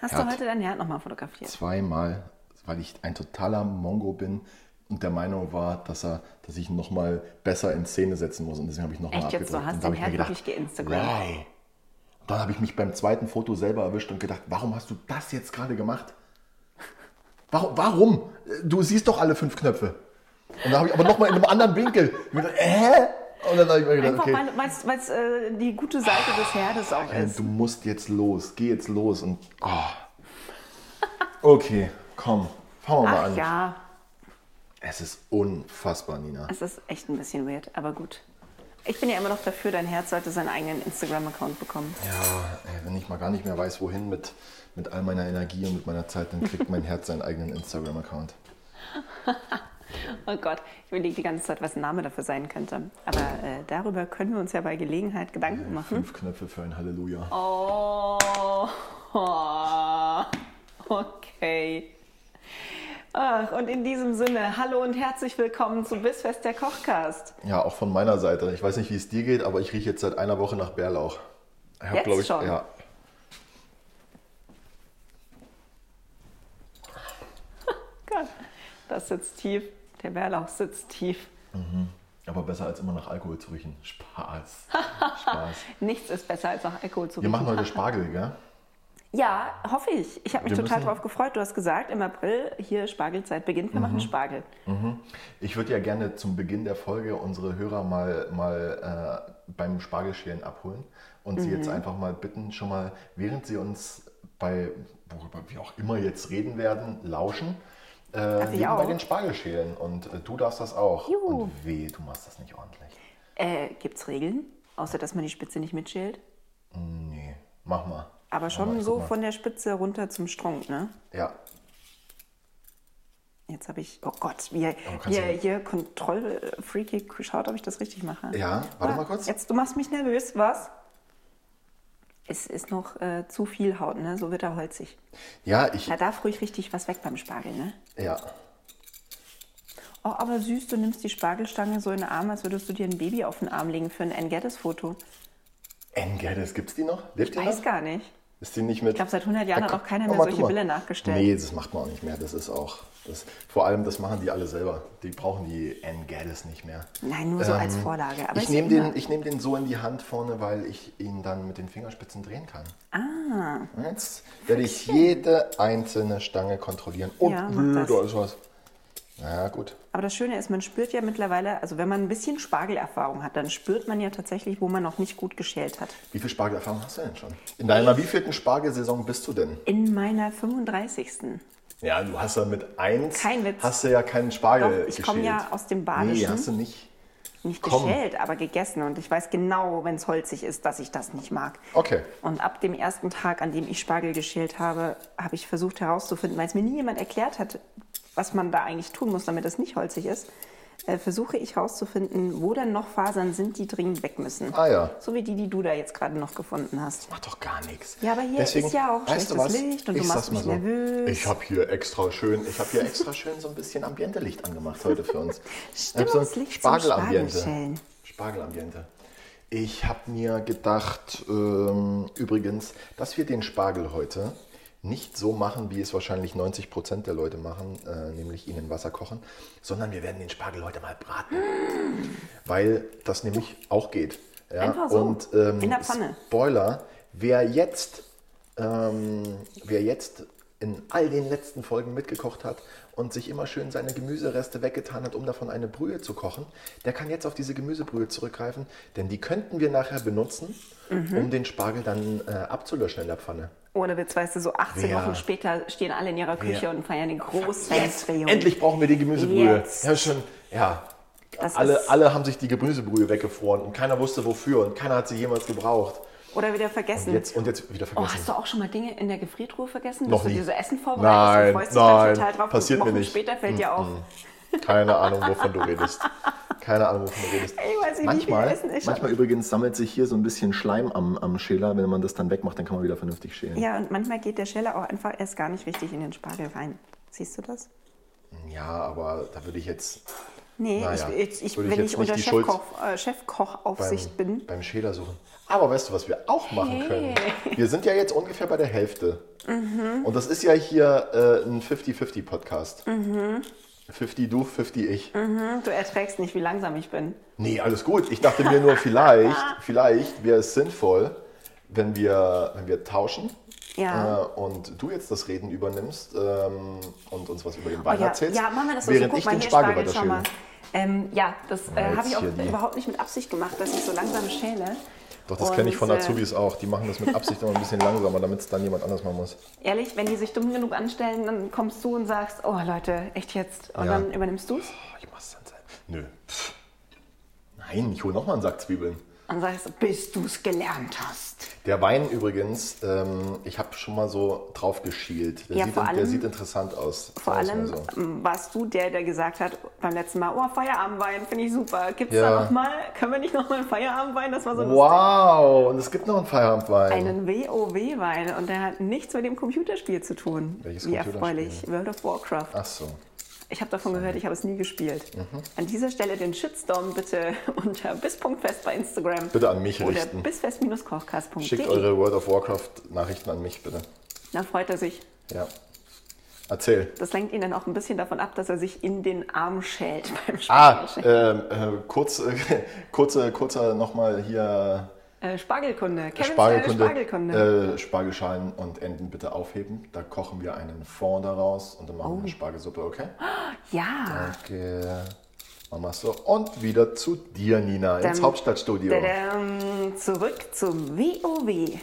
Hast Herd. du heute deinen Herd nochmal fotografiert? zweimal, weil ich ein totaler Mongo bin und der Meinung war, dass er, dass ich ihn noch mal besser in Szene setzen muss und deswegen habe ich noch mal Echt jetzt? Du abgedrückt. hast und da habe den ich mir Herd gedacht, wirklich geinstagrammt? "Wow." Und dann habe ich mich beim zweiten Foto selber erwischt und gedacht, warum hast du das jetzt gerade gemacht? Warum? warum? Du siehst doch alle fünf Knöpfe. Und dann habe ich aber noch mal in einem anderen Winkel. Ich mir gedacht, Hä? Und dann habe ich mir gedacht, Einfach okay. weil- weil's- weil's, äh, die gute Seite des Herdes auch Ey, ist. Du musst jetzt los, geh jetzt los und. ah. Okay, komm, fangen wir mal Ach an. ja, Es ist unfassbar, Nina. es ist echt ein bisschen weird, aber gut. Ich bin ja immer noch dafür, dein Herz sollte seinen eigenen Instagram-Account bekommen. Ja, ey, wenn ich mal gar nicht mehr weiß, wohin mit, mit all meiner Energie und mit meiner Zeit, dann kriegt mein Herz seinen eigenen Instagram-Account. Oh Gott, ich überlege die ganze Zeit, was ein Name dafür sein könnte. Aber äh, darüber können wir uns ja bei Gelegenheit Gedanken machen. Fünf Knöpfe für ein Halleluja. Oh, okay. Ach, und in diesem Sinne, hallo und herzlich willkommen zu Bissfest der Kochcast. Ja, auch von meiner Seite. Ich weiß nicht, wie es dir geht, aber ich rieche jetzt seit einer Woche nach Bärlauch. Ich hab, Jetzt glaub ich, schon? Ja. Gott, das sitzt tief, der Bärlauch sitzt tief. Mhm. Aber besser als immer nach Alkohol zu riechen. Spaß. Spaß. Nichts ist besser, als nach Alkohol zu Wir riechen. machen heute Spargel, gell? Ja, hoffe ich. Ich habe mich Wir total müssen- darauf gefreut. Du hast gesagt, im April hier Spargelzeit beginnt. Wir machen Spargel. Ich würde ja gerne zum Beginn der Folge unsere Hörer mal, mal äh, beim Spargelschälen abholen und sie Mhm. jetzt einfach mal bitten, schon mal, während sie uns bei, worüber wir auch immer jetzt reden werden, lauschen, äh, ich nebenbei auch. den Spargel schälen. Und äh, du darfst das auch. Juhu. Und weh, du machst das nicht ordentlich. Äh, Gibt es Regeln? Außer, dass man die Spitze nicht mitschält. Nee, mach mal. Aber Mach schon mal, so guck mal. von der Spitze runter zum Strunk, ne? Ja, Jetzt habe ich, oh Gott, wie, kannst wie du- hier Kontrollfreaky schaut, ob ich das richtig mache. Ja, Ah, warte mal kurz. Jetzt, du machst mich nervös, was? Es ist noch äh, zu viel Haut, ne? So wird er holzig. ja, ich. Da darf ruhig richtig was weg beim Spargel, ne? Ja. Oh, aber süß, du nimmst die Spargelstange so in den Arm, als würdest du dir ein Baby auf den Arm legen für ein E Engettes-Foto. Engeldes, gibt's die noch? Lebt die Weiß noch? gar nicht. Ist die nicht mit. Ich glaub, seit 100 Jahren hat auch keiner mehr solche Bilder nachgestellt. Nee, das macht man auch nicht mehr. Das ist auch. Das, vor allem, das machen die alle selber. Die brauchen die Anne Geddes nicht mehr. Nein, nur so als Vorlage. Aber Ähm, ich ist nehme immer- den, ich nehm den so in die Hand vorne, weil ich ihn dann mit den Fingerspitzen drehen kann. Ah, Und Jetzt werde ich jede einzelne Stange kontrollieren. Und Ja, mach nö, das. da ist was. Na gut. aber das Schöne ist, man spürt ja mittlerweile, also wenn man ein bisschen Spargelerfahrung hat, dann spürt man ja tatsächlich, wo man noch nicht gut geschält hat. Wie viel Spargelerfahrung hast du denn schon? In deiner wievielten Spargelsaison bist du denn? In meiner 35. Ja, du hast ja mit eins. Kein Witz. Hast du ja keinen Spargel. Doch, ich komm geschält. ja aus dem Nee, Badischen. hast du nicht. Nicht Komm. geschält, aber gegessen. Und ich weiß genau, wenn es holzig ist, dass ich das nicht mag. Okay. Und ab dem ersten Tag, an dem ich Spargel geschält habe, habe ich versucht herauszufinden, weil es mir nie jemand erklärt hat, was man da eigentlich tun muss, damit es nicht holzig ist, äh, versuche ich herauszufinden, wo dann noch Fasern sind, die dringend weg müssen. Ah ja. So wie die, die du da jetzt gerade noch gefunden hast. Macht doch gar nichts. Ja, aber hier ist ja auch weißt du schlechtes was? Licht und du Ich machst sag's mal mich nervös. Ich habe hier extra schön, ich habe hier extra schön so ein bisschen Ambiente-Licht angemacht heute für uns. Ich hab Stimmungslicht zum Spargelschälen. Spargelambiente. Spargelambiente. Ich habe mir gedacht, ähm, übrigens, dass wir den Spargel heute nicht so machen, wie es wahrscheinlich 90% der Leute machen, äh, nämlich ihn in Wasser kochen, sondern wir werden den Spargel heute mal braten. Weil das nämlich auch geht. Ja? Einfach so, Und, ähm, in der Pfanne. Spoiler, wer jetzt, ähm, wer jetzt in all den letzten Folgen mitgekocht hat und sich immer schön seine Gemüsereste weggetan hat, um davon eine Brühe zu kochen, der kann jetzt auf diese Gemüsebrühe zurückgreifen, denn die könnten wir nachher benutzen, Mhm. um den Spargel dann äh, abzulöschen in der Pfanne. Ohne Witz, weißt du, so 18 Wer- Wochen später stehen alle in ihrer Küche Wer- und feiern den großen Yes! Triumph. Endlich brauchen wir die Gemüsebrühe. Jetzt. Ja, schon. Ja. Das Alle, ist- alle haben sich die Gemüsebrühe weggefroren und keiner wusste wofür und keiner hat sie jemals gebraucht. Oder wieder vergessen. Jetzt, und jetzt wieder Oh, vergessen. hast du auch schon mal Dinge in der Gefriertruhe vergessen? Noch dass nie. du dir so Essen vorbereitest Nein, und freust dich dann nein, total drauf. und passiert mir Wochen nicht. später fällt dir auf. Oh, Keine Ahnung, wovon du redest. Keine Ahnung, wovon du redest. Ey, weiß ich nicht, manchmal, wie viel Essen ich manchmal übrigens sammelt sich hier so ein bisschen Schleim am, am Schäler. Wenn man das dann wegmacht, dann kann man wieder vernünftig schälen. Ja, und manchmal geht der Schäler auch einfach erst gar nicht richtig in den Spargel rein. Siehst du das? Ja, aber da würde ich jetzt Nee, Naja, ich, ich, ich, würde ich wenn jetzt ich unter nicht die Schuld Chefkoch, äh, Chefkochaufsicht beim, bin. beim Schäler suchen. Aber weißt du, was wir auch machen Hey. können? Wir sind ja jetzt ungefähr bei der Hälfte. Mhm. Und das ist ja hier äh, ein 50-50-Podcast. Mhm. 50 du, 50 ich. Hm, Du erträgst nicht, wie langsam ich bin. Nee, alles gut. Ich dachte mir nur, vielleicht, vielleicht wäre es sinnvoll, wenn wir, wenn wir tauschen. Ja. Äh, und du jetzt das Reden übernimmst ähm, und uns was über den Oh Wein ja, erzählst. ja, machen wir das so. während Guck ich mal, den hier Spargel schau weiterschäle. mal. Ähm, ja, das Ja, äh, habe jetzt ich auch hier die- überhaupt nicht mit Absicht gemacht, dass ich so langsam schäle. Doch, das kenne ich von Und, äh, Azubis auch. Die machen das mit Absicht immer ein bisschen langsamer, damit es dann jemand anders machen muss. Ehrlich, wenn die sich dumm genug anstellen, dann kommst du und sagst, oh Leute, echt jetzt? Und Ja. dann übernimmst du es Oh, ich mach's dann selbst. Nö. Pff. Nein, ich hole nochmal einen Sack Zwiebeln. und sagst, bis du es gelernt hast. Der Wein übrigens, ähm, ich habe schon mal so drauf geschielt. Der, Ja, sieht, vor der allem- sieht interessant aus. Vor Sagen allem wir's mal so. ähm, warst du der, der gesagt hat beim letzten Mal, oh, Feierabendwein, finde ich super. Gibt's Ja. da nochmal? Können wir nicht nochmal einen Feierabendwein? Das war so lustig. Wow, und es gibt noch einen Feierabendwein. Einen WoW-Wein und der hat nichts mit dem Computerspiel zu tun. Welches Wie Computerspiel? erfreulich. World of Warcraft. Ach so. Ich habe davon gehört, ich habe es nie gespielt. Mhm. An dieser Stelle den Shitstorm bitte unter bis.fest bei Instagram. Bitte an mich Oder richten. Schickt bisfest-kochkast.de. eure World of Warcraft Nachrichten an mich, bitte. Da freut er sich. Ja. Erzähl. Das lenkt ihn dann auch ein bisschen davon ab, dass er sich in den Arm schält beim Ah, Spargel. ähm, äh, kurz, äh, kurze, kurzer nochmal hier äh, Spargelkunde. Kevin's Spargelkunde, äh, Spargelkunde. Äh, Spargelschalen und Enden bitte aufheben. Da kochen wir einen Fond daraus und dann machen wir Oh. eine Spargelsuppe, okay? Äh. ja. Danke. Dann machst du. Und wieder zu dir, Nina, ins Dann- Hauptstadtstudio. Tadam. Zurück zum WoW.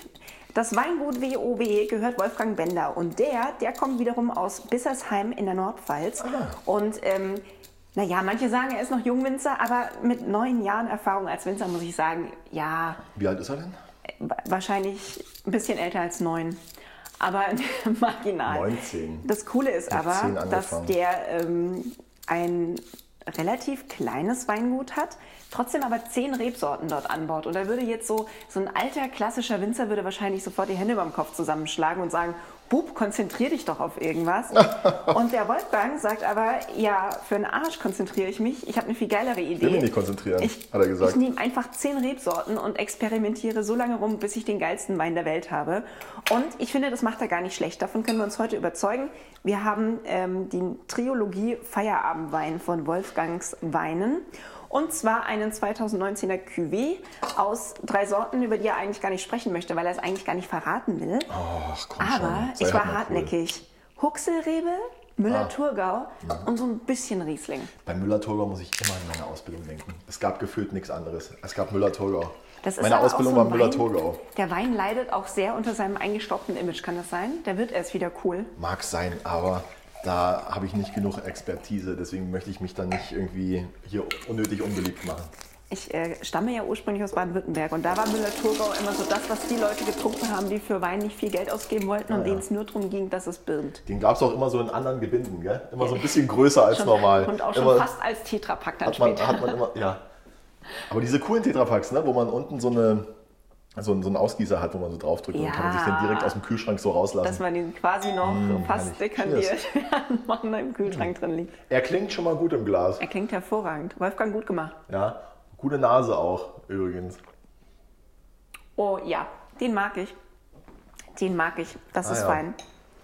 Das Weingut WoW gehört Wolfgang Bender und der, der kommt wiederum aus Bissersheim in der Nordpfalz. Ah. Und ähm, naja, manche sagen, er ist noch Jungwinzer, aber mit neun Jahren Erfahrung als Winzer muss ich sagen, ja, Wie alt ist er denn? Wa- wahrscheinlich ein bisschen älter als neun. Aber marginal. 19. Das Coole ist Mit aber, 10 dass angefangen. der ähm, ein relativ kleines Weingut hat, trotzdem aber zehn Rebsorten dort anbaut. Und da würde jetzt so, so ein alter klassischer Winzer würde wahrscheinlich sofort die Hände über dem Kopf zusammenschlagen und sagen, Bub, konzentrier dich doch auf irgendwas. und der Wolfgang sagt aber, ja, für einen Arsch konzentriere ich mich. Ich habe eine viel geilere Idee. mich nicht konzentrieren, ich, hat er gesagt. Ich nehme einfach zehn Rebsorten und experimentiere so lange rum, bis ich den geilsten Wein der Welt habe. Und ich finde, das macht er gar nicht schlecht. Davon können wir uns heute überzeugen. Wir haben ähm, die Triologie Feierabendwein von Wolfgangs Weinen. Und zwar einen 2019er Cuvée aus drei Sorten, über die er eigentlich gar nicht sprechen möchte, weil er es eigentlich gar nicht verraten will. Ach, komm Aber schon. sei ich war halt mal cool. hartnäckig. Huxelrebe, Ah. Müller-Thurgau und so ein bisschen Riesling. Bei Müller-Thurgau muss ich immer an meine Ausbildung denken. Es gab gefühlt nichts anderes. Es gab Müller-Thurgau. Das ist Meine aber auch Ausbildung so ein war Wein- Müller-Thurgau. Der Wein leidet auch sehr unter seinem eingestaubten Image, kann das sein? Der wird erst wieder cool. Mag sein, aber da habe ich nicht genug Expertise. Deswegen möchte ich mich dann nicht irgendwie hier unnötig unbeliebt machen. Ich äh, stamme ja ursprünglich aus Baden-Württemberg und da war Müller-Thurgau immer so das, was die Leute getrunken haben, die für Wein nicht viel Geld ausgeben wollten und ja. denen es nur darum ging, dass es birnt. Den gab es auch immer so in anderen Gebinden, gell? Immer so ein bisschen größer als normal. Und auch schon immer fast als Tetrapack dann hat man, später. hat man immer, ja. Aber diese coolen Tetrapacks, ne, wo man unten so eine so einen, so einen Ausgießer hat, wo man so draufdrückt und dann kann man sich Ja. den direkt aus dem Kühlschrank so Hm, dass rauslassen. man den quasi noch fast herrlich. dekandiert während man im Kühlschrank drin liegt. Er klingt schon mal gut im Glas. Er klingt hervorragend. Wolfgang, gut gemacht. Ja, gute Nase auch übrigens. Oh ja, den mag ich. Den mag ich. Das Ah, ist ja. Wein.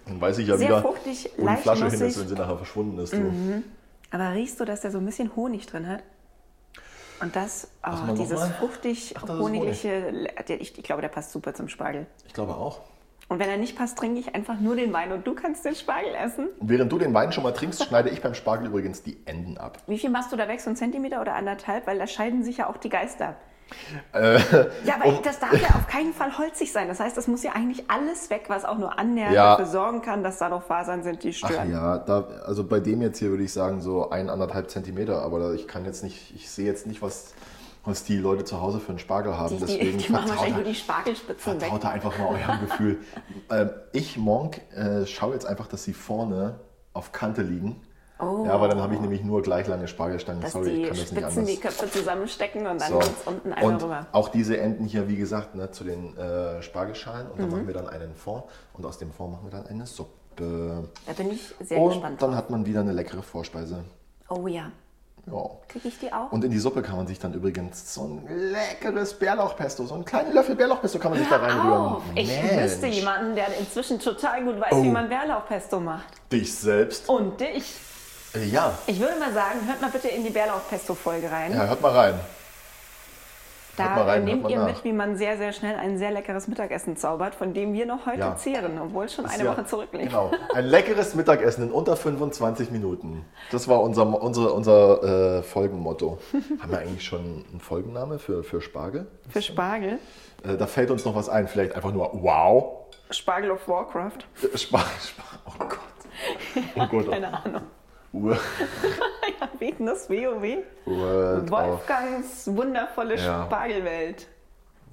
Dann weiß ich ja Sehr wieder, fruchtig, Mhm. wo die leicht Flasche hin nussig. ist, wenn sie nachher verschwunden ist. Du. Aber riechst du, dass der so ein bisschen Honig drin hat? Und das, mal oh, noch dieses mal. fruchtig Ach, das ist honigliche, der- ich, ich glaube, der passt super zum Spargel. Ich glaube auch. Und wenn er nicht passt, trinke ich einfach nur den Wein und du kannst den Spargel essen. Während du den Wein schon mal trinkst, schneide ich beim Spargel übrigens die Enden ab. Wie viel machst du da weg? So ein Zentimeter oder anderthalb? Weil da scheiden sich ja auch die Geister. ja, aber um- das darf ja auf keinen Fall holzig sein. Das heißt, das muss ja eigentlich alles weg, was auch nur annähernd Ja. dafür sorgen kann, dass da noch Fasern sind, die Ach stören. ja, da, also bei dem jetzt hier würde ich sagen so ein, anderthalb Zentimeter, aber da, ich kann jetzt nicht, ich sehe jetzt nicht, was was die Leute zu Hause für einen Spargel haben. Die, die, Deswegen die machen wahrscheinlich nur vertraut, die Spargelspitzen weg. vertraut da einfach mal eurem Gefühl. Ähm, ich, Monk, äh, schaue jetzt einfach, dass sie vorne auf Kante liegen. Oh. Ja, aber dann habe ich nämlich nur gleich lange Spargelstangen. Dass Sorry, ich die kann das nicht Spitzen anders. die Köpfe zusammenstecken und dann So. geht's unten einmal und rüber. auch diese enden hier, wie gesagt, ne, zu den äh, Spargelschalen. Mhm. Und dann machen wir dann einen Fond. Und aus dem Fond machen wir dann eine Suppe. Da bin ich sehr und gespannt dann drauf. hat man wieder eine leckere Vorspeise. Oh ja. Ja. Kriege ich die auch? Und in die Suppe kann man sich dann übrigens so ein leckeres Bärlauchpesto, so einen kleinen Löffel Bärlauchpesto kann man sich da reinrühren. Auf. Oh, Ich wüsste jemanden, der inzwischen total gut Oh. weiß, wie man Bärlauchpesto macht. Dich selbst? Und dich. Oh. Äh, ja. Ich würde mal sagen, hört mal bitte in die Bärlauchpesto-Folge rein. Ja, hört mal rein. hört da mal rein, äh, hört nehmt mal ihr nach. mit, wie man sehr, sehr schnell ein sehr leckeres Mittagessen zaubert, von dem wir noch heute Ja. zehren, obwohl schon eine Ja, Woche zurückliegt. Genau. Ein leckeres Mittagessen in unter 25 Minuten. Das war unser, unsere, unser äh, Folgenmotto. Haben wir eigentlich schon einen Folgenname für, für Spargel? Für Spargel. Äh, da fällt uns noch was ein. Vielleicht einfach nur Wow. Spargel of Warcraft. Äh, Spargel, Spargel. Oh Gott. Oh Gott. Keine Ahnung. Uhr. Wegen des WoW. World of Wolfgangs wundervolle Ja. Spargelwelt.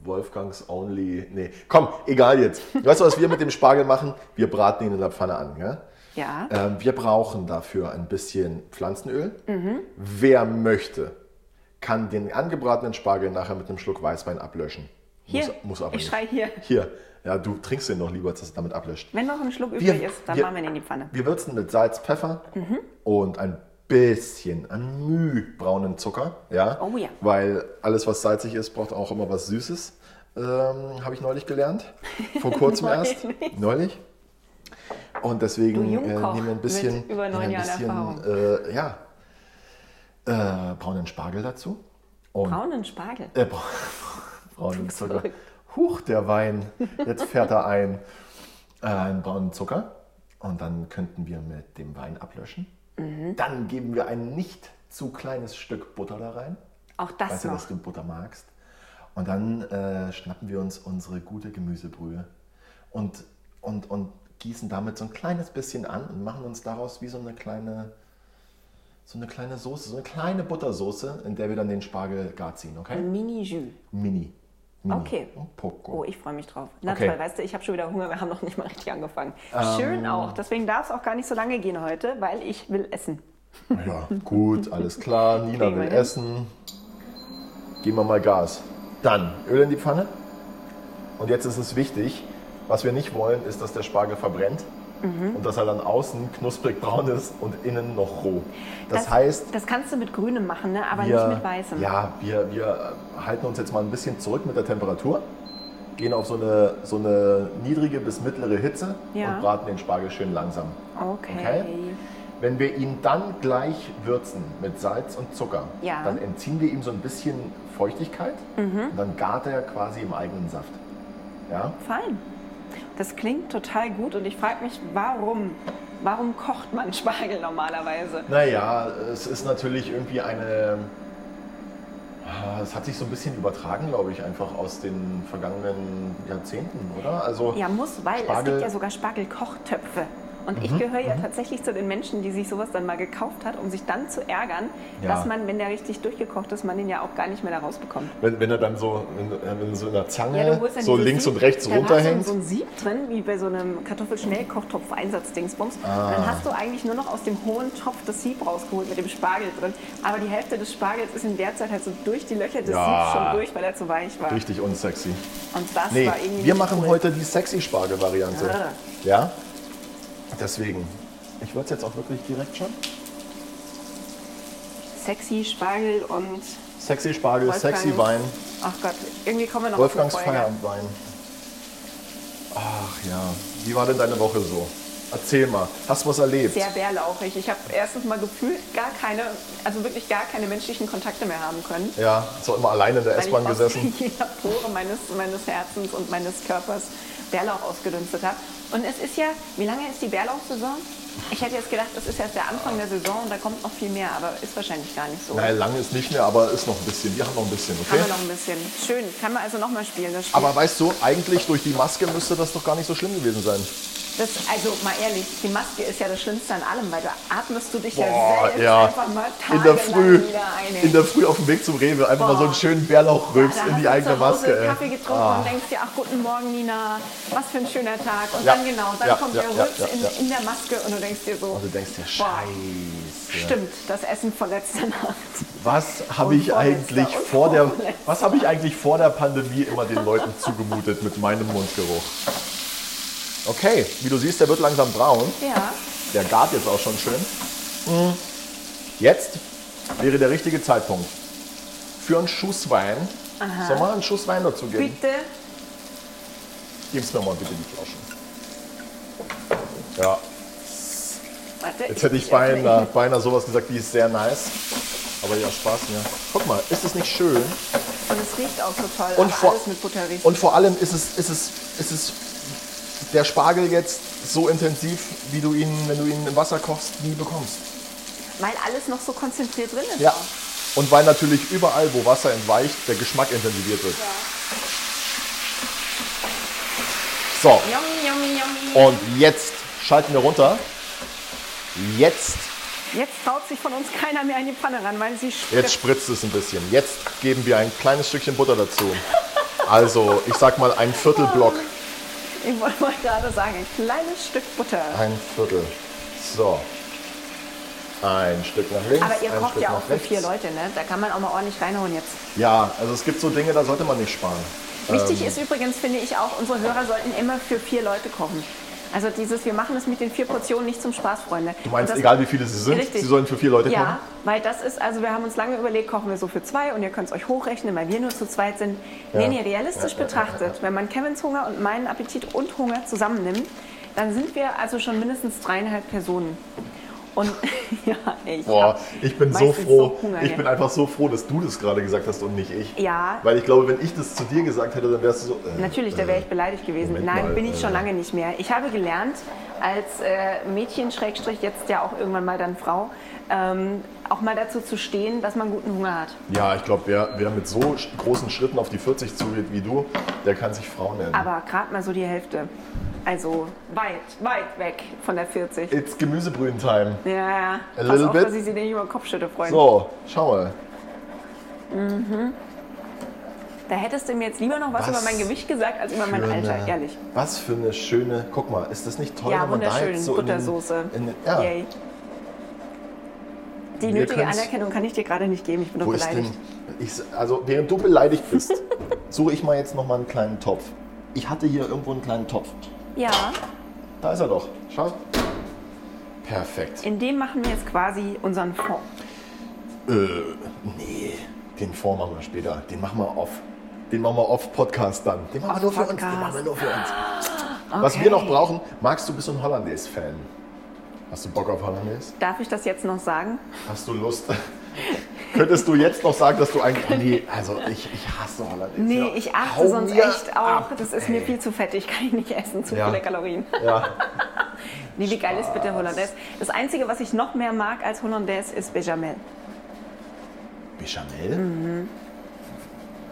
Wolfgangs Only. Nee, komm, egal jetzt. Weißt du, was wir mit dem Spargel machen? Wir braten ihn in der Pfanne an. Gell? Ja. Ähm, wir brauchen dafür ein bisschen Pflanzenöl. Wer möchte, kann den angebratenen Spargel nachher mit einem Schluck Weißwein ablöschen. Hier, muss, muss aber ich nicht. schrei hier. Hier, ja, du trinkst den noch lieber, als dass es damit ablöscht. Wenn noch ein Schluck Wir- übrig ist, dann wir- machen wir ihn in die Pfanne. Wir würzen mit Salz, Pfeffer und ein bisschen, ein Müh braunen Zucker. Ja? Oh ja. Weil alles, was salzig ist, braucht auch immer was Süßes. Ähm, Habe ich neulich gelernt. Vor kurzem Neulich erst. Neulich. Und deswegen Du äh, nehmen Jungkoch wir ein bisschen, mit über nehmen wir neun ein Jahren Erfahrung. bisschen äh, ja, äh, braunen Spargel dazu. Und Braunen Spargel. äh, bra braunen Zucker. Huch, der Wein. Jetzt fährt er ein. Äh, einen braunen Zucker. Und dann könnten wir mit dem Wein ablöschen. Dann geben wir ein nicht zu kleines Stück Butter da rein. Auch das Weißt du, noch. dass du Butter magst. Und dann äh, schnappen wir uns unsere gute Gemüsebrühe und, und, und gießen damit so ein kleines bisschen an und machen uns daraus wie so eine kleine, so eine kleine Soße, so eine kleine Buttersoße, in der wir dann den Spargel gar ziehen, okay? Mhm. Mini-Jus. Mini. Mini. Okay. Und Poco. Oh, ich freue mich drauf. Na Okay. Ähm. toll, weißt du, ich habe schon wieder Hunger, wir haben noch nicht mal richtig angefangen. Schön auch, deswegen darf es auch gar nicht so lange gehen heute, weil ich will essen. Ja, gut, alles klar. Nina Kriegen wir will hin. essen. Geben wir mal Gas. Dann Öl in die Pfanne. Und jetzt ist es wichtig, was wir nicht wollen, ist, dass der Spargel verbrennt und dass er dann außen knusprig braun ist und innen noch roh. Das, heißt, Das kannst du mit Grünem machen, ne? aber wir, nicht mit Weißem. Ja, wir, wir äh, halten uns jetzt mal ein bisschen zurück mit der Temperatur, gehen auf so eine, so eine niedrige bis mittlere Hitze Ja. und braten den Spargel schön langsam. Okay. Okay. Wenn wir ihn dann gleich würzen mit Salz und Zucker, Ja. Mhm. dann entziehen wir ihm so ein bisschen Feuchtigkeit und dann gart er quasi im eigenen Saft. Ja? Fein. Das klingt total gut und ich frage mich, warum? Warum kocht man Spargel normalerweise? Naja, es ist natürlich irgendwie eine. ah, Es hat sich so ein bisschen übertragen, glaube ich, einfach aus den vergangenen Jahrzehnten, oder? Also Ja, muss, weil es Spargel- Mhm. gibt ja sogar Spargelkochtöpfe. Und ich gehöre ja tatsächlich zu den Menschen, die sich sowas dann mal gekauft hat, um sich dann zu ärgern, Ja. dass man, wenn der richtig durchgekocht ist, man den ja auch gar nicht mehr da rausbekommt. wenn, wenn er dann so, wenn, wenn er so in der Zange Ja, du holst dann so dieses links Sieb- und rechts da war runterhängt. So ein, so ein Sieb drin, wie bei so einem Kartoffelschnellkochtopf-Einsatzdingsbums. Und Ah. Dann hast du eigentlich nur noch aus dem hohen Topf das Sieb rausgeholt mit dem Spargel drin. Aber die Hälfte des Spargels ist in der Zeit halt so durch die Löcher des Ja. Siebs schon durch, weil er zu weich war. Richtig unsexy. Und das Nee, war irgendwie. wir nicht machen cool. heute die sexy Spargel-Variante. Ah. Ja? Deswegen. Ich würde es jetzt auch wirklich direkt schon. Sexy Spargel und. Sexy Spargel, Wolfgangs- sexy Wein, Ach Gott, irgendwie kommen wir noch Wolfgangs auf eine Folge. Feierabendwein. Ach ja, wie war denn deine Woche so? Erzähl mal, hast du was erlebt? sehr bärlauchig. Ich habe erstens mal gefühlt gar keine, also wirklich gar keine menschlichen Kontakte mehr haben können. Ja, so immer alleine in der weil ich S-Bahn aus gesessen. jeder Pore meines, meines Herzens und meines Körpers Bärlauch ausgedünstet habe. Und es ist ja, wie lange ist die Bärlauchsaison? Ich hätte jetzt gedacht, es ist erst der Anfang der Saison und da kommt noch viel mehr, aber ist wahrscheinlich gar nicht so. Naja, lange ist nicht mehr, aber ist noch ein bisschen. Wir haben noch ein bisschen, Haben okay? wir noch ein bisschen. Schön, kann man also nochmal spielen. Das Spiel. Aber weißt du, eigentlich durch die Maske müsste das doch gar nicht so schlimm gewesen sein. Das, also mal ehrlich, die Maske ist ja das Schlimmste an allem, weil da atmest du dich ja Boah, selbst ja. einfach mal In der tagelang Früh, Ah, wieder ein. ey. in der Früh auf dem Weg zum Rewe einfach mal so einen schönen Bärlauchrülps Da in die hast du eigene zu Hause Maske. ey. Ah. Kaffee getrunken und denkst dir, ach guten Morgen Nina, was für ein schöner Tag. Und Ja, dann genau, dann ja, kommt ja, der ja, Rülps ja, ja. in, in der Maske und du denkst dir so, Und du denkst dir, boah, Scheiße. stimmt, das Essen von letzter Nacht. Was habe ich vorletzter eigentlich und vor der vorletzter. Was habe ich eigentlich vor der Pandemie immer den Leuten zugemutet mit meinem Mundgeruch? Okay, wie du siehst, der wird langsam braun. Ja, Der gart jetzt auch schon schön. Mm. Jetzt wäre der richtige Zeitpunkt für einen Schusswein. Soll man einen Schusswein dazu geben? bitte. Gib's mir mal bitte die Flaschen. Ja, Warte, Jetzt hätte ich beinahe, beinahe sowas gesagt, die ist sehr nice. Aber ja, Spaß mir. Guck mal, ist es nicht schön? Und es riecht auch so toll, Und aber vor, alles mit Butter riecht. und vor allem ist es, ist, es, ist es der Spargel jetzt so intensiv, wie du ihn, wenn du ihn im Wasser kochst, nie bekommst. weil alles noch so konzentriert drin ist. Ja. Und weil natürlich überall, wo Wasser entweicht, der Geschmack intensiviert wird. So, Yummy, yummy, yummy. und jetzt schalten wir runter. Jetzt, Jetzt traut sich von uns keiner mehr an die Pfanne ran, weil sie jetzt spritzt. spritzt es ein bisschen. Jetzt geben wir ein kleines Stückchen Butter dazu. Also, ich sag mal ein Viertelblock. Ich wollte mal gerade sagen, ein kleines Stück Butter. Ein Viertel. So. Ein Stück nach links. Aber ihr ein kocht Stück ja nach auch für rechts. vier Leute, ne? Da kann man auch mal ordentlich reinhauen jetzt. Ja, also es gibt so Dinge, da sollte man nicht sparen. Wichtig Ähm. ist übrigens, finde ich auch, unsere Hörer sollten immer für vier Leute kochen. Also dieses, wir machen es mit den vier Portionen nicht zum Spaß, Freunde. Du meinst, egal wie viele sie sind, sie sollen für vier Leute ja, kochen? weil das ist, also wir haben uns lange überlegt, kochen wir so für zwei und ihr könnt es euch hochrechnen, weil wir nur zu zweit sind. Ja. Nee, nee, realistisch Ja, ja, ja, betrachtet, wenn man Kevins Hunger und meinen Appetit und Hunger zusammennimmt, dann sind wir also schon mindestens dreieinhalb Personen. Und ja, ey, ich Boah, hab ich bin so meistens froh. Hunger ich hier. bin einfach so froh, dass du das gerade gesagt hast und nicht ich. Ja. Weil ich glaube, wenn ich das zu dir gesagt hätte, dann wärst du so. äh, Natürlich, da wäre ich beleidigt gewesen. Moment Nein, mal, bin ich schon äh, lange nicht mehr. Ich habe gelernt, als äh, Mädchen, Schrägstrich, jetzt ja auch irgendwann mal dann Frau, ähm, auch mal dazu zu stehen, dass man guten Hunger hat. Ja, ich glaube, wer, wer mit so sch- großen Schritten auf die 40 zugeht wie du, der kann sich Frau nennen. Aber gerade mal so die Hälfte. Also weit, weit weg von der 40. It's Gemüsebrühen-Time. Ja, ja. Pass Äh, little auf, bit. dass ich sie dir nicht über den Kopf schütte, Freunde. So, schau mal. Da hättest du mir jetzt lieber noch was, Was über mein Gewicht gesagt, als über mein Für Alter, eine- ehrlich. Was für eine schöne, guck mal, ist das nicht toll, Ja, wenn man da wunderschön, jetzt so in den- Buttersoße. In, den- ja. Yay. Die Wir nötige können's- Anerkennung kann ich dir gerade nicht geben, ich bin doch Wo ist beleidigt. denn, ich, also während du beleidigt bist, suche ich mal jetzt noch mal einen kleinen Topf. Ich hatte hier irgendwo einen kleinen Topf. Ja, Da ist er doch. Schau. Perfekt. in dem machen wir jetzt quasi unseren Fond. Äh, nee, den Fond machen wir später. Den machen wir off. Den machen wir off Podcast dann. Den machen wir nur für uns. Den Podcast. machen wir nur für uns. Was wir noch brauchen, magst du bist du ein Hollandaise-Fan? Hast du Bock auf Hollandaise? Darf ich das jetzt noch sagen? Hast du Lust? Könntest du jetzt noch sagen, dass du eigentlich. Nee, also ich, ich hasse Hollandaise. Nee, Ja, ich hau achte sonst mir echt auch. ab, das ist ey. mir viel zu fettig, kann ich nicht essen, zu Ja. viele Kalorien. Ja, Nee, wie geil ist bitte Hollandaise? Das Einzige, was ich noch mehr mag als Hollandaise, ist Bechamel. Bechamel? Mhm.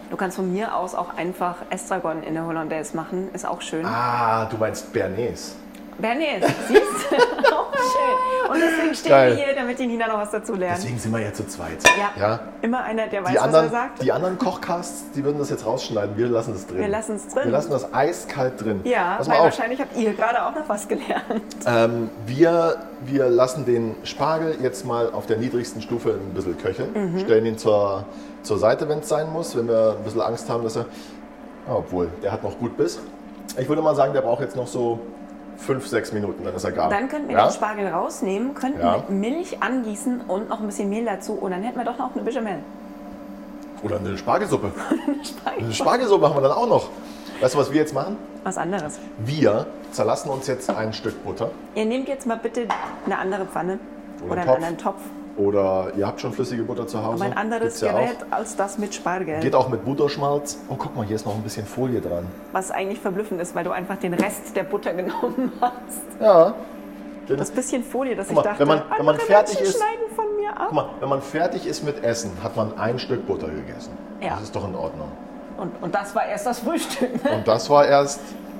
Du kannst von mir aus auch einfach Estragon in der Hollandaise machen, ist auch schön. Ah, du meinst Bernays. Bernays, siehst du? auch schön. Und deswegen stehen Geil. wir hier, damit die Nina noch was dazu lernt. Deswegen sind wir ja zu zweit. Ja. ja? Immer einer, der weiß, Die, was er anderen, sagt. die anderen Kochcasts, die würden das jetzt rausschneiden. Wir lassen es drin. Wir lassen's drin. Wir lassen das eiskalt drin. ja, Pass weil mal auf. wahrscheinlich habt ihr gerade auch noch was gelernt. Ähm, wir, wir lassen den Spargel jetzt mal auf der niedrigsten Stufe ein bisschen Mhm. köcheln. Stellen ihn zur, zur Seite, wenn es sein muss. Wenn wir ein bisschen Angst haben, dass er. Ah, Obwohl, der hat noch gut Biss. Ich würde mal sagen, der braucht jetzt noch so fünf, sechs Minuten, dann ist er gar Dann könnten wir den Spargel rausnehmen, könnten Ja. mit Milch angießen und noch ein bisschen Mehl dazu. Und dann hätten wir doch noch eine Bechamel. Oder eine Spargelsuppe. Eine Spargelsuppe machen wir dann auch noch. Weißt du, was wir jetzt machen? Was anderes. Wir zerlassen uns jetzt ein Stück Butter. Ihr nehmt jetzt mal bitte eine andere Pfanne Oder oder, einen einen Topf. anderen Topf. Oder ihr habt schon flüssige Butter zu Hause. Aber ein anderes Gibt's ja Gerät Auch. als das mit Spargel. Geht auch mit Butterschmalz. Oh, guck mal, hier ist noch ein bisschen Folie dran. Was eigentlich verblüffend ist, weil du einfach den Rest der Butter genommen hast. Ja. Das bisschen Folie, das Guck mal, ich dachte, wenn man- wenn man andere fertig Menschen ist- schneiden von mir ab. Guck mal, wenn man fertig ist mit Essen, hat man ein Stück Butter gegessen. Ja. Das ist doch in Ordnung. Und, und das war erst das Frühstück. Und das war erst.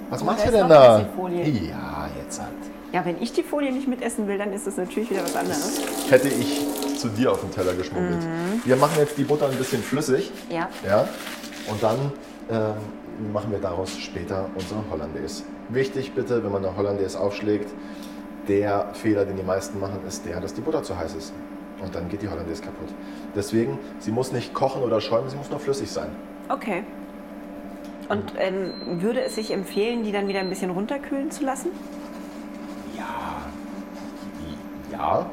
Was machst da du ist denn noch ein da? bisschen Folie. Ja, jetzt hat. Ja, wenn ich die Folie nicht mitessen will, dann ist das natürlich wieder was anderes. Hätte ich zu dir auf den Teller geschmuggelt. Wir machen jetzt die Butter ein bisschen flüssig. Mhm. Ja. Ja. Und dann ähm, machen wir daraus später unsere Hollandaise. Wichtig bitte, wenn man eine Hollandaise aufschlägt, der Fehler, den die meisten machen, ist der, dass die Butter zu heiß ist. Und dann geht die Hollandaise kaputt. Deswegen, sie muss nicht kochen oder schäumen, sie muss nur flüssig sein. Okay. Und ähm, würde es sich empfehlen, die dann wieder ein bisschen runterkühlen zu lassen? Ja.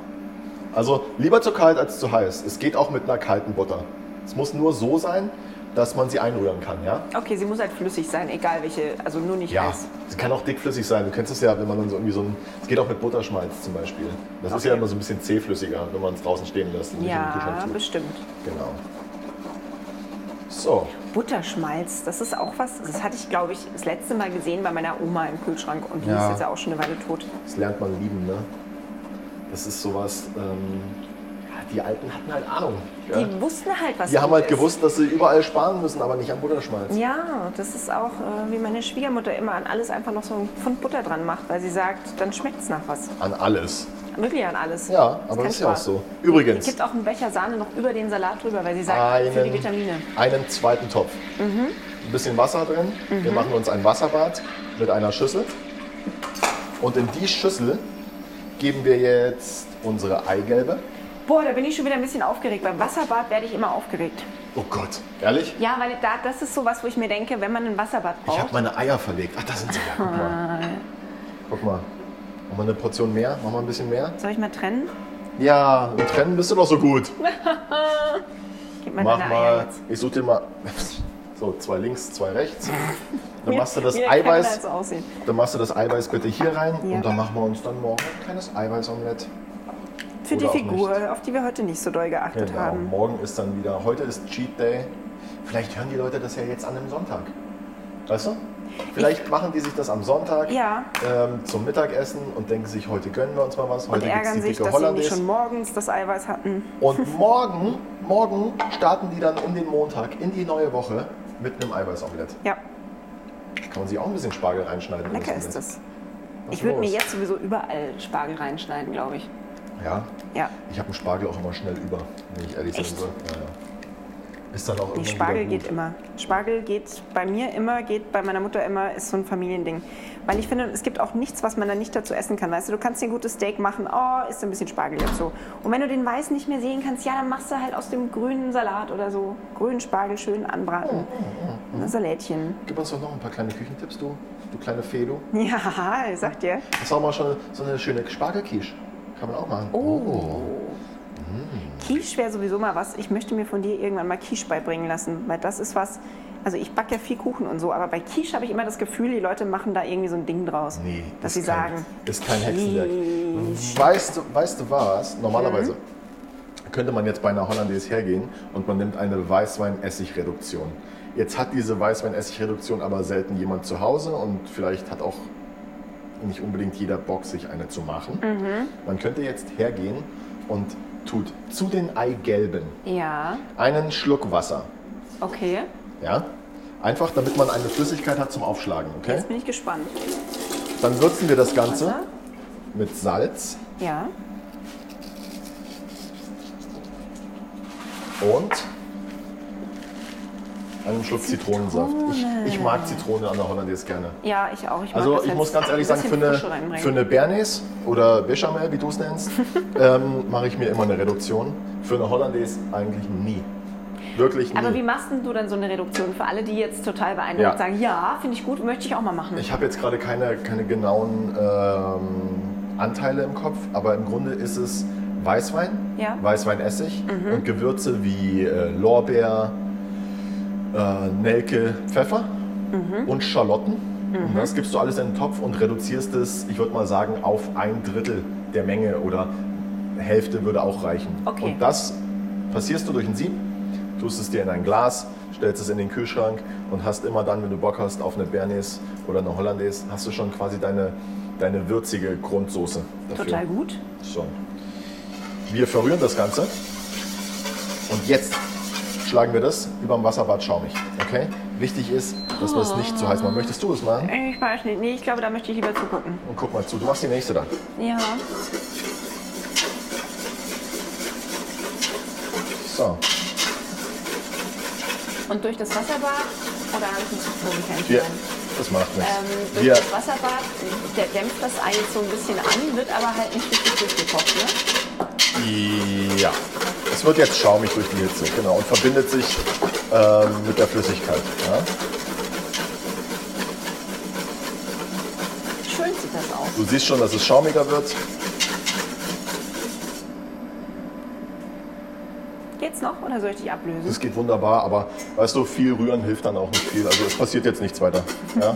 Also lieber zu kalt als zu heiß. Es geht auch mit einer kalten Butter. Es muss nur so sein, dass man sie einrühren kann, ja? Okay, sie muss halt flüssig sein, egal welche, also nur nicht Ja, heiß. sie kann auch dickflüssig sein. Du kennst es ja, wenn man dann so irgendwie so ein. Es geht auch mit Butterschmalz zum Beispiel. Das ist ja immer so ein bisschen zähflüssiger, wenn man es draußen stehen lässt. und nicht in den Kühlschrank Ja, tut. bestimmt. Genau. So, Butterschmalz, das ist auch was, das hatte ich, glaube ich, das letzte Mal gesehen bei meiner Oma im Kühlschrank und die Ja. ist jetzt ja auch schon eine Weile tot. das lernt man lieben, ne? Das ist sowas. Ähm, ja, die Alten hatten halt Ahnung. Ja? Die wussten halt, was Die haben gut halt ist. gewusst, dass sie überall sparen müssen, aber nicht am Butterschmalz. Ja, das ist auch, äh, wie meine Schwiegermutter immer an alles einfach noch so einen Pfund Butter dran macht, weil sie sagt, dann schmeckt es nach was. An alles. Wirklich an alles. Ja, aber kein das ist ja auch Spaß. so. Es Übrigens. gibt auch einen Becher Sahne noch über den Salat drüber, weil sie sagt, für die Vitamine. Mhm. einen zweiten Topf. Ein bisschen Wasser drin. Wir machen uns ein Wasserbad mit einer Schüssel. Und in die Schüssel geben wir jetzt unsere Eigelbe. Boah, da bin ich schon wieder ein bisschen aufgeregt. Beim Wasserbad werde ich immer aufgeregt. Oh Gott, ehrlich? Ja, weil da, das ist so was, wo ich mir denke, wenn man ein Wasserbad Ich habe braucht. meine Eier verlegt. Ach, da sind sie ja. Guck mal. Ah. Guck mal. Machen wir eine Portion mehr? Machen wir ein bisschen mehr? Soll ich mal trennen? Ja, und trennen bist du doch so gut. Gib mal Mach deine Eier mal, jetzt. ich such dir mal. So, zwei links, zwei rechts. Dann machst du das Wie der Kerl Eiweiß. da so aussieht. Dann machst du das Eiweiß bitte hier rein Ja. und dann machen wir uns dann morgen ein kleines Eiweißomelett. Für die Oder auch Figur, nicht. auf die wir heute nicht so doll geachtet Genau. haben. Morgen ist dann wieder, heute ist Cheat Day. Vielleicht hören die Leute das ja jetzt an einem Sonntag. Weißt du? Vielleicht machen die sich das am Sonntag Ja. ähm, zum Mittagessen und denken sich, heute gönnen wir uns mal was. Und Heute gibt's ärgern die sich, dicke dass sie nicht Hollandaise. schon morgens das Eiweiß hatten. Und morgen, morgen starten die dann in den Montag, in die neue Woche mit einem Eiweißomelett. Ja, Kann man sich auch ein bisschen Spargel reinschneiden. in lecker das ist Omelett. das. Was Ich würde mir los? jetzt sowieso überall Spargel reinschneiden, glaube ich. Ja, Ja. Ich habe einen Spargel auch immer schnell über, wenn ich ehrlich Echt? sein soll. Ja, ja. Ist dann auch Nee, irgendwann Spargel wieder gut. geht immer. Spargel geht bei mir immer, geht bei meiner Mutter immer, ist so ein Familiending. Weil ich finde, es gibt auch nichts, was man da nicht dazu essen kann. Weißt du, du kannst dir ein gutes Steak machen, oh, ist ein bisschen Spargel dazu. Und wenn du den Weiß nicht mehr sehen kannst, ja, dann machst du halt aus dem grünen Salat oder so grünen Spargel schön anbraten. Mhm. Ein Salätchen. Gib uns doch noch ein paar kleine Küchentipps, du, du kleine Fee, du. Ja, ich sag dir. Das war mal schon so eine schöne Spargelquiche. Kann man auch machen. Oh. Quiche wäre sowieso mal was. Ich möchte mir von dir irgendwann mal Quiche beibringen lassen, weil das ist was. Also ich backe ja viel Kuchen und so, aber bei Quiche habe ich immer das Gefühl, die Leute machen da irgendwie so ein Ding draus, Nee, dass ist sie kein- sagen, Ist kein Hexenwerk. Weißt du, weißt du was? Normalerweise könnte man jetzt bei einer Hollandaise hergehen und man nimmt eine Weißwein-Essig-Reduktion. Jetzt hat diese Weißwein-Essig-Reduktion aber selten jemand zu Hause und vielleicht hat auch nicht unbedingt jeder Bock, sich eine zu machen. Mhm. Man könnte jetzt hergehen und tut zu den Eigelben ja, einen Schluck Wasser. okay, Ja? Einfach, damit man eine Flüssigkeit hat zum Aufschlagen, okay? jetzt bin ich gespannt. Dann würzen wir das Ganze Wasser? mit Salz Ja, und einem Schluck Zitronensaft. Ich, ich mag Zitrone an der Hollandaise gerne. ja, ich auch. Ich mag Also das, ich wenn's muss ganz ehrlich ein sagen, für bisschen eine, Frische reinbringen. für eine Bernays oder Bechamel, wie du es nennst, ähm, mache ich mir immer eine Reduktion. Für eine Hollandaise eigentlich nie. Wirklich nie. aber wie machst denn du dann so eine Reduktion für alle, die jetzt total beeindruckt Ja. sagen, ja, finde ich gut, möchte ich auch mal machen. Ich habe jetzt gerade keine, keine genauen ähm, Anteile im Kopf, aber im Grunde ist es Weißwein, Ja. Mhm. Weißweinessig und Gewürze wie äh, Lorbeer, äh, Nelke, Pfeffer Mhm. und Schalotten. Und das gibst du alles in den Topf und reduzierst es, ich würde mal sagen, auf ein Drittel der Menge oder Hälfte würde auch reichen. Okay. Und das passierst du durch ein Sieb, tust es dir in ein Glas, stellst es in den Kühlschrank und hast immer dann, wenn du Bock hast, auf eine Bernays oder eine Hollandaise, hast du schon quasi deine, deine würzige Grundsoße dafür. total gut. Schon. Wir verrühren das Ganze und jetzt schlagen wir das über dem Wasserbad schaumig. Okay? Wichtig ist, dass wir es nicht zu heiß machen. Möchtest du es machen? Ich weiß nicht. Nee, ich glaube, da möchte ich lieber zugucken. Und guck mal zu, du machst die nächste dann. Ja. So. Und durch das Wasserbad? Oder habe ich mich so nicht Wir, ja. das macht nichts. ähm, Durch Wir, das Wasserbad, der dämpft das Ei jetzt so ein bisschen an, wird aber halt nicht richtig durchgekocht, ne? ja. Es wird jetzt schaumig durch die Hitze, genau. Und verbindet sich ähm, mit der Flüssigkeit. Ja? Schön sieht das aus. Du siehst schon, dass es schaumiger wird. Geht's noch oder soll ich dich ablösen? Das geht wunderbar, aber weißt du, viel rühren hilft dann auch nicht viel. Also es passiert jetzt nichts weiter. Ja?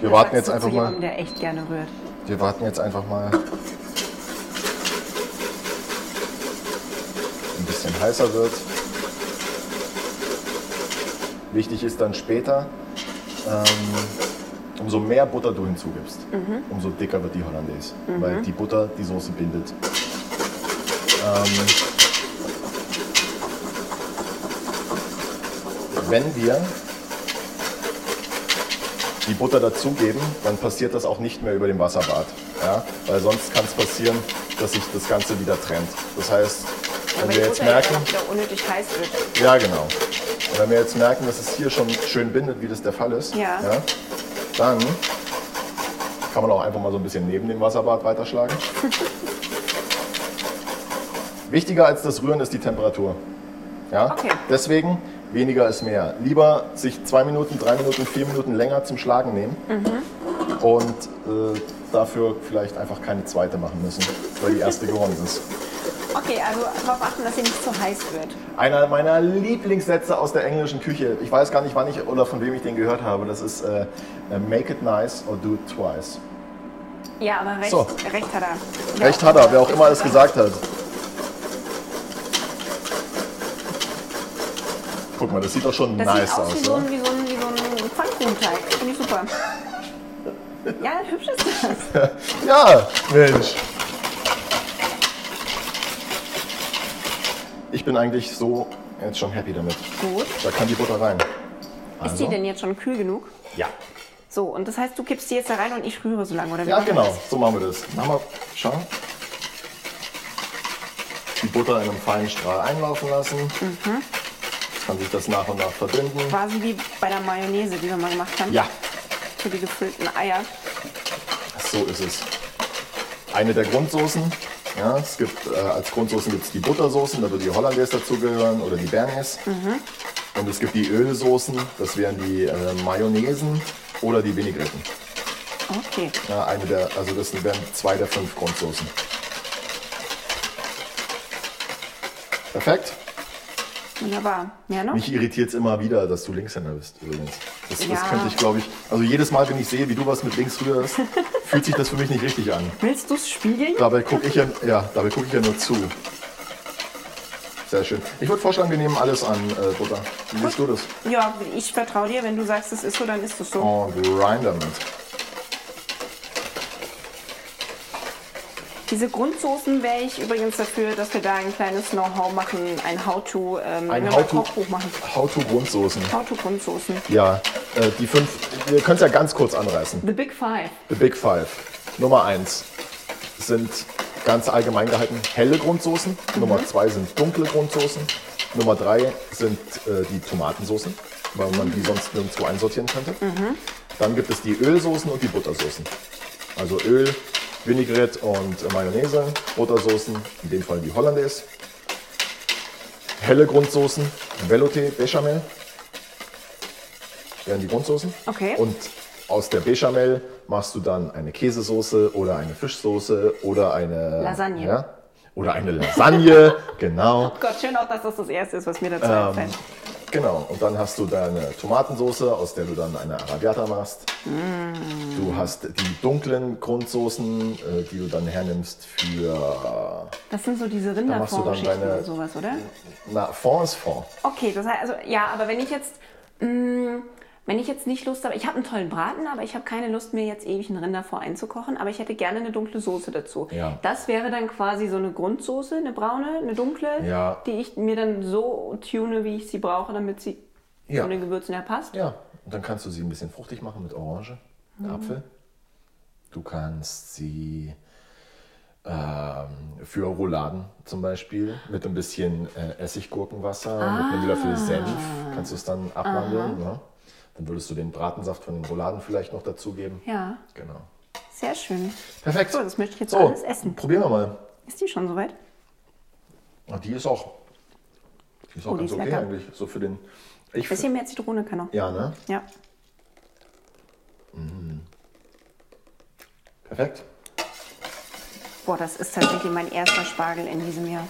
Wir warten jetzt Sagst du einfach zu mal. Jemandem, der echt gerne rührt. Wir warten jetzt einfach mal. Ein bisschen heißer wird. Wichtig ist dann später, ähm, umso mehr Butter du hinzugibst, Mhm. umso dicker wird die Hollandaise, weil die Butter die Soße bindet. Ähm, wenn wir die Butter dazugeben, dann passiert das auch nicht mehr über dem Wasserbad. Ja? Weil sonst kann es passieren, dass sich das Ganze wieder trennt. Das heißt, wenn Weil wir die Also jetzt Butter merken, auch wieder unnötig heiß wird. ja, genau. Und wenn wir jetzt merken, dass es hier schon schön bindet, wie das der Fall ist, Ja. dann kann man auch einfach mal so ein bisschen neben dem Wasserbad weiterschlagen. Wichtiger als das Rühren ist die Temperatur. Ja? Okay. Deswegen weniger ist mehr. Lieber sich zwei Minuten, drei Minuten, vier Minuten länger zum Schlagen nehmen Mhm. und äh, dafür vielleicht einfach keine zweite machen müssen, weil die erste gewonnen ist. Okay, also darauf achten, dass sie nicht zu heiß wird. Einer meiner Lieblingssätze aus der englischen Küche. Ich weiß gar nicht, wann ich oder von wem ich den gehört habe. Das ist äh, Make it nice or do it twice. Ja, aber recht, So. recht hat er. Wer Recht hat er, wer auch immer das gesagt hat. Guck mal, das sieht doch schon Das nice sieht aus, wie, aus. so Ne? ein, wie, so ein, wie so ein Pfannkuchenteig. Finde ich super. ja, hübsch ist das. Ja, Mensch. Ich bin eigentlich so jetzt schon happy damit. Gut. Da kann die Butter rein. Also? Ist die denn jetzt schon kühl genug? Ja. So, und das heißt, du kippst die jetzt da rein und ich rühre so lange, oder wie Ja, machen wir genau, das? so machen wir das. Machen wir, schau. Die Butter in einem feinen Strahl einlaufen lassen. Jetzt kann sich das nach und nach verbinden. Quasi wie bei der Mayonnaise, die wir mal gemacht haben. Ja, Für die gefüllten Eier. so ist es. Eine der Grundsoßen. Ja, es gibt, äh, als Grundsoßen gibt es die Buttersoßen, da würde die Hollandaise dazugehören oder die Bernays. Und es gibt die Ölsoßen, das wären die äh, Mayonnaisen oder die Vinaigrette. Okay. Ja, eine der, also das wären zwei der fünf Grundsoßen. Perfekt. Wunderbar. Ja, noch? Mich irritiert es immer wieder, dass du Linkshänder bist übrigens. Das, Ja. das könnte ich, glaube ich. Also jedes Mal, wenn ich sehe, wie du was mit links rührst, fühlt sich das für mich nicht richtig an. Willst du es spiegeln? Dabei gucke ich ja, ja, dabei gucke ich ja nur zu. Sehr schön. Ich würde vorschlagen, wir nehmen alles an äh, Butter. Wie siehst du das? Ja, ich vertraue dir. Wenn du sagst, es ist so, dann ist es so. Oh, rein damit. Diese Grundsoßen wäre ich übrigens dafür, dass wir da ein kleines Know-how machen, ein How-To, ähm, Ein wenn wir mal How-to Kochbuch machen. How Grundsoßen. How-To-Grundsoßen. Ja, äh, die fünf. Ihr könnt ja ganz kurz anreißen. The Big Five. The Big Five. Nummer eins sind ganz allgemein gehalten helle Grundsoßen. Nummer zwei sind dunkle Grundsoßen. Nummer drei sind äh, die Tomatensoßen, weil man die sonst nirgendwo einsortieren könnte. Dann gibt es die Ölsoßen und die Buttersoßen. Also Öl, Vinaigrette und äh, Mayonnaise, Buttersoßen, in dem Fall die Hollandaise. Helle Grundsoßen, Velouté, Bechamel wären die Grundsoßen. Okay. Und aus der Bechamel machst du dann eine Käsesoße oder eine Fischsoße oder eine Lasagne. Ja, oder eine Lasagne, genau. Gott, schön auch, dass das das Erste ist, was mir dazu Ähm, einfällt. Genau, und dann hast du deine Tomatensoße, aus der du dann eine Arabiata machst. Mm. Du hast die dunklen Grundsoßen, äh, die du dann hernimmst für Das sind so diese machst du dann Rinderformschichten deine- oder sowas, oder? na, Fonds Fond. Okay, das heißt, also ja, aber wenn ich jetzt, mh, wenn ich jetzt nicht Lust habe, ich habe einen tollen Braten, aber ich habe keine Lust mir jetzt ewig einen Rinder vor einzukochen, aber ich hätte gerne eine dunkle Soße dazu. Ja. Das wäre dann quasi so eine Grundsoße, eine braune, eine dunkle, Ja. die ich mir dann so tune, wie ich sie brauche, damit sie Ja. ohne Gewürzen her passt. Ja, Und dann kannst du sie ein bisschen fruchtig machen mit Orange, Mhm. Apfel. Du kannst sie ähm, für Rouladen zum Beispiel mit ein bisschen äh, Essiggurkenwasser, mit Ah. einem Löffel Senf kannst du es dann abwandeln. Ne? Dann würdest du den Bratensaft von den Rouladen vielleicht noch dazugeben. Ja, Genau. sehr schön. Perfekt. So, das möchte ich jetzt So, alles essen. Probieren wir mal. Ist die schon soweit? Ah, Die ist auch, die ist auch Oh, die ganz ist okay lecker. eigentlich. So für den. Ich, Bisschen mehr Zitrone kann auch. ja, ne? Ja. Perfekt. Boah, das ist tatsächlich mein erster Spargel in diesem Jahr.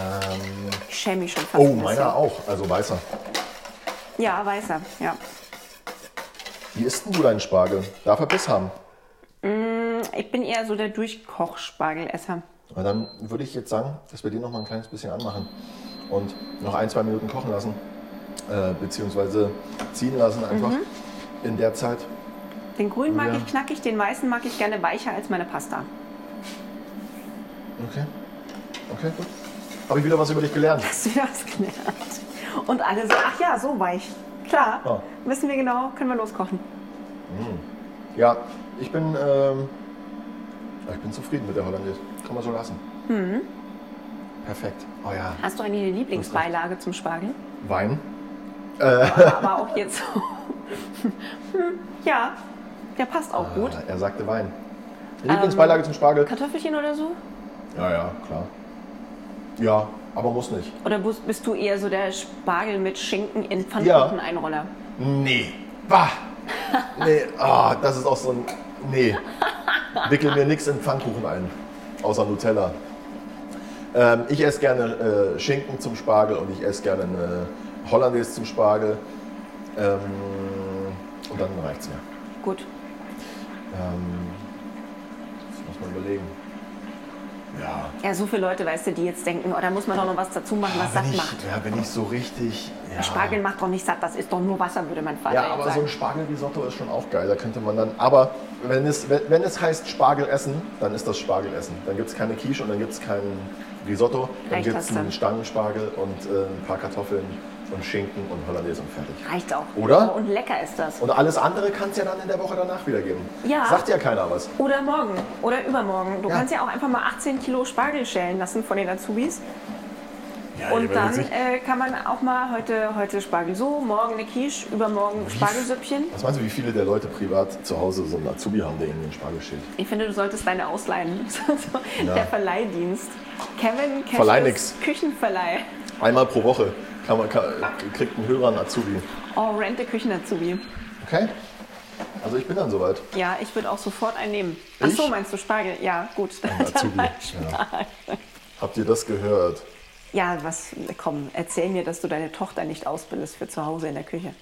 Ähm, ich schäme mich schon fast. Oh, ein bisschen. meiner auch. Also weißer. Ja, weißer. Ja. Wie isst denn du deinen Spargel? Darf er Biss haben? Ich bin eher so der Durchkochspargelesser. Na, dann würde ich jetzt sagen, dass wir den noch mal ein kleines bisschen anmachen und noch ein, zwei Minuten kochen lassen, äh, beziehungsweise ziehen lassen einfach. In der Zeit, Den grünen mag Ja. ich knackig, den weißen mag ich gerne weicher als meine Pasta. okay, okay, gut. Habe ich wieder was über dich gelernt. Hast du das gelernt? Und alle so, ach ja, so weich. Klar, Ja. wissen wir genau, können wir loskochen. Ja, ich bin, ähm, ah, ich bin zufrieden mit der Hollandaise. Kann man so lassen. Perfekt. Oh ja, Hast du eine Lieblingsbeilage zum Spargel? Wein. Aber auch jetzt so. Hm, ja, der passt auch gut. Ah, Er sagte Wein. Lieblingsbeilage zum Spargel? Kartoffelchen oder so? Ja, ja, klar. Ja, aber muss nicht. Oder bist, bist du eher so der Spargel mit Schinken in Ja. Pfannkuchen-Einroller? Nee. Bah. Nee, ah, das ist auch so ein. Nee. Wickel mir nichts in Pfannkuchen ein. Außer Nutella. Ähm, ich esse gerne äh, Schinken zum Spargel und ich esse gerne eine Hollandaise zum Spargel. Ähm, und dann reicht's mir. Gut. Ähm, das muss man überlegen. Ja. Ja, so viele Leute, weißt du, die jetzt denken, oh, da muss man doch noch was dazu machen, was Ah, wenn satt ich, macht. Ja, wenn ich so richtig. Ja. Spargel macht doch nicht satt, das ist doch nur Wasser, würde mein Vater Ja, jetzt aber sagen. so ein Spargelrisotto ist schon auch geil. Da könnte man dann. Aber wenn es, wenn, wenn es heißt Spargel essen, dann ist das Spargel essen. Dann gibt es keine Quiche und dann gibt es kein Risotto. Dann Reicht gibt das es dann? einen Stangenspargel und äh, ein paar Kartoffeln und Schinken und Hollandaise und fertig. Reicht auch. Oder? Und lecker ist das. Und alles andere kann es ja dann in der Woche danach wieder geben. Ja. Sagt ja keiner was. Oder morgen oder übermorgen. Du Ja. kannst ja auch einfach mal 18 Kilo Spargel schälen lassen von den Azubis. Und dann äh, kann man auch mal heute, heute Spargel so, morgen eine Quiche, übermorgen Spargelsüppchen. Was meinst du, wie viele der Leute privat zu Hause so einen Azubi haben, der ihnen den Spargel schält? Ich finde, du solltest deine ausleihen. So, Ja. Der Verleihdienst. Kevin Cash's Verleih nix. Küchenverleih. Einmal pro Woche kann man, kann, kriegt ein Hörer einen Azubi. Oh, rente Küchen-Azubi. Okay? Also ich bin dann soweit. Ja, ich würde auch sofort einen nehmen. Ach Ich? so, meinst du Spargel? Ja, gut. Azubi, mal ja. Spargel. Habt ihr das gehört? Ja, was, komm, erzähl mir, dass du deine Tochter nicht ausbildest für zu Hause in der Küche.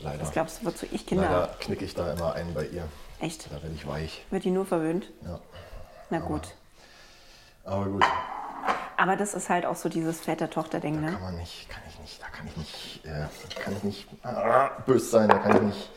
Leider. Was glaubst du, wozu ich Kinder Leider habe? knicke ich da immer ein bei ihr. Echt? Da werde ich weich. Wird die nur verwöhnt? Ja. Na gut. Aber gut, Aber das ist halt auch so dieses Väter-Tochter-Ding, kann ne? man nicht, kann ich nicht, da kann ich nicht, äh, kann ich nicht ah, böse sein, da kann ich nicht,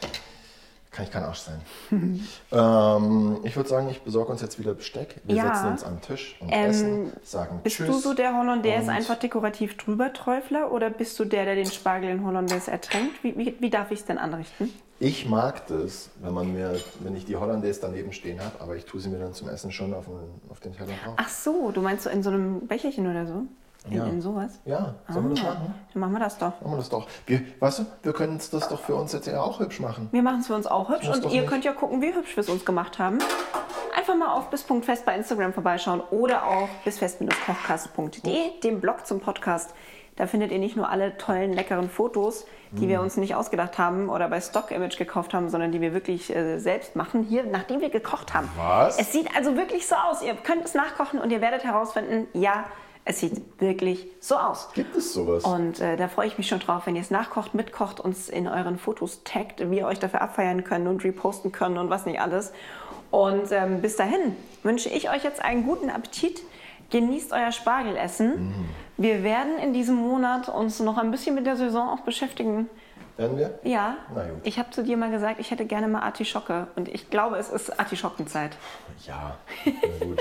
kann ich kein Arsch sein. ähm, ich würde sagen, ich besorge uns jetzt wieder Besteck. Wir Ja. setzen uns an den Tisch und Ähm, essen, sagen Bist Tschüss. du so der Hollandaise und- einfach dekorativ drüber Träufler oder bist du der, der den Spargel in Hollandaise ertränkt? Wie, wie, wie darf ich es denn anrichten? Ich mag das, wenn man mir, wenn ich die Hollandaise daneben stehen habe, aber ich tue sie mir dann zum Essen schon auf den, auf den Teller drauf. Ach so, du meinst so in so einem Becherchen oder so? In, Ja. in sowas? Ah, Ja, sollen wir das machen? Dann machen wir das doch. Machen wir das doch. Wir, weißt du, wir können das doch für uns jetzt ja auch hübsch machen. Wir machen es für uns auch hübsch Muss und doch ihr nicht. könnt ja gucken, wie hübsch wir es uns gemacht haben. Einfach mal auf bis.fest bei Instagram vorbeischauen oder auch Oh. bisfest-kochkast.de, dem Blog zum Podcast. Da findet ihr nicht nur alle tollen, leckeren Fotos, die Hm. wir uns nicht ausgedacht haben oder bei Stock Image gekauft haben, sondern die wir wirklich äh, selbst machen, hier, nachdem wir gekocht haben. Was? Es sieht also wirklich so aus. Ihr könnt es nachkochen und ihr werdet herausfinden, ja, es sieht wirklich so aus. Gibt es sowas? Und äh, da freue ich mich schon drauf, wenn ihr es nachkocht, mitkocht, uns in euren Fotos taggt, wir euch dafür abfeiern können und reposten können und was nicht alles. Und ähm, bis dahin wünsche ich euch jetzt einen guten Appetit. Genießt euer Spargelessen. Mm. Wir werden in diesem Monat uns noch ein bisschen mit der Saison auch beschäftigen. Werden wir? Ja, Na gut. ich habe zu dir mal gesagt, ich hätte gerne mal Artischocke. Und ich glaube, es ist Artischockenzeit. Ja, na gut.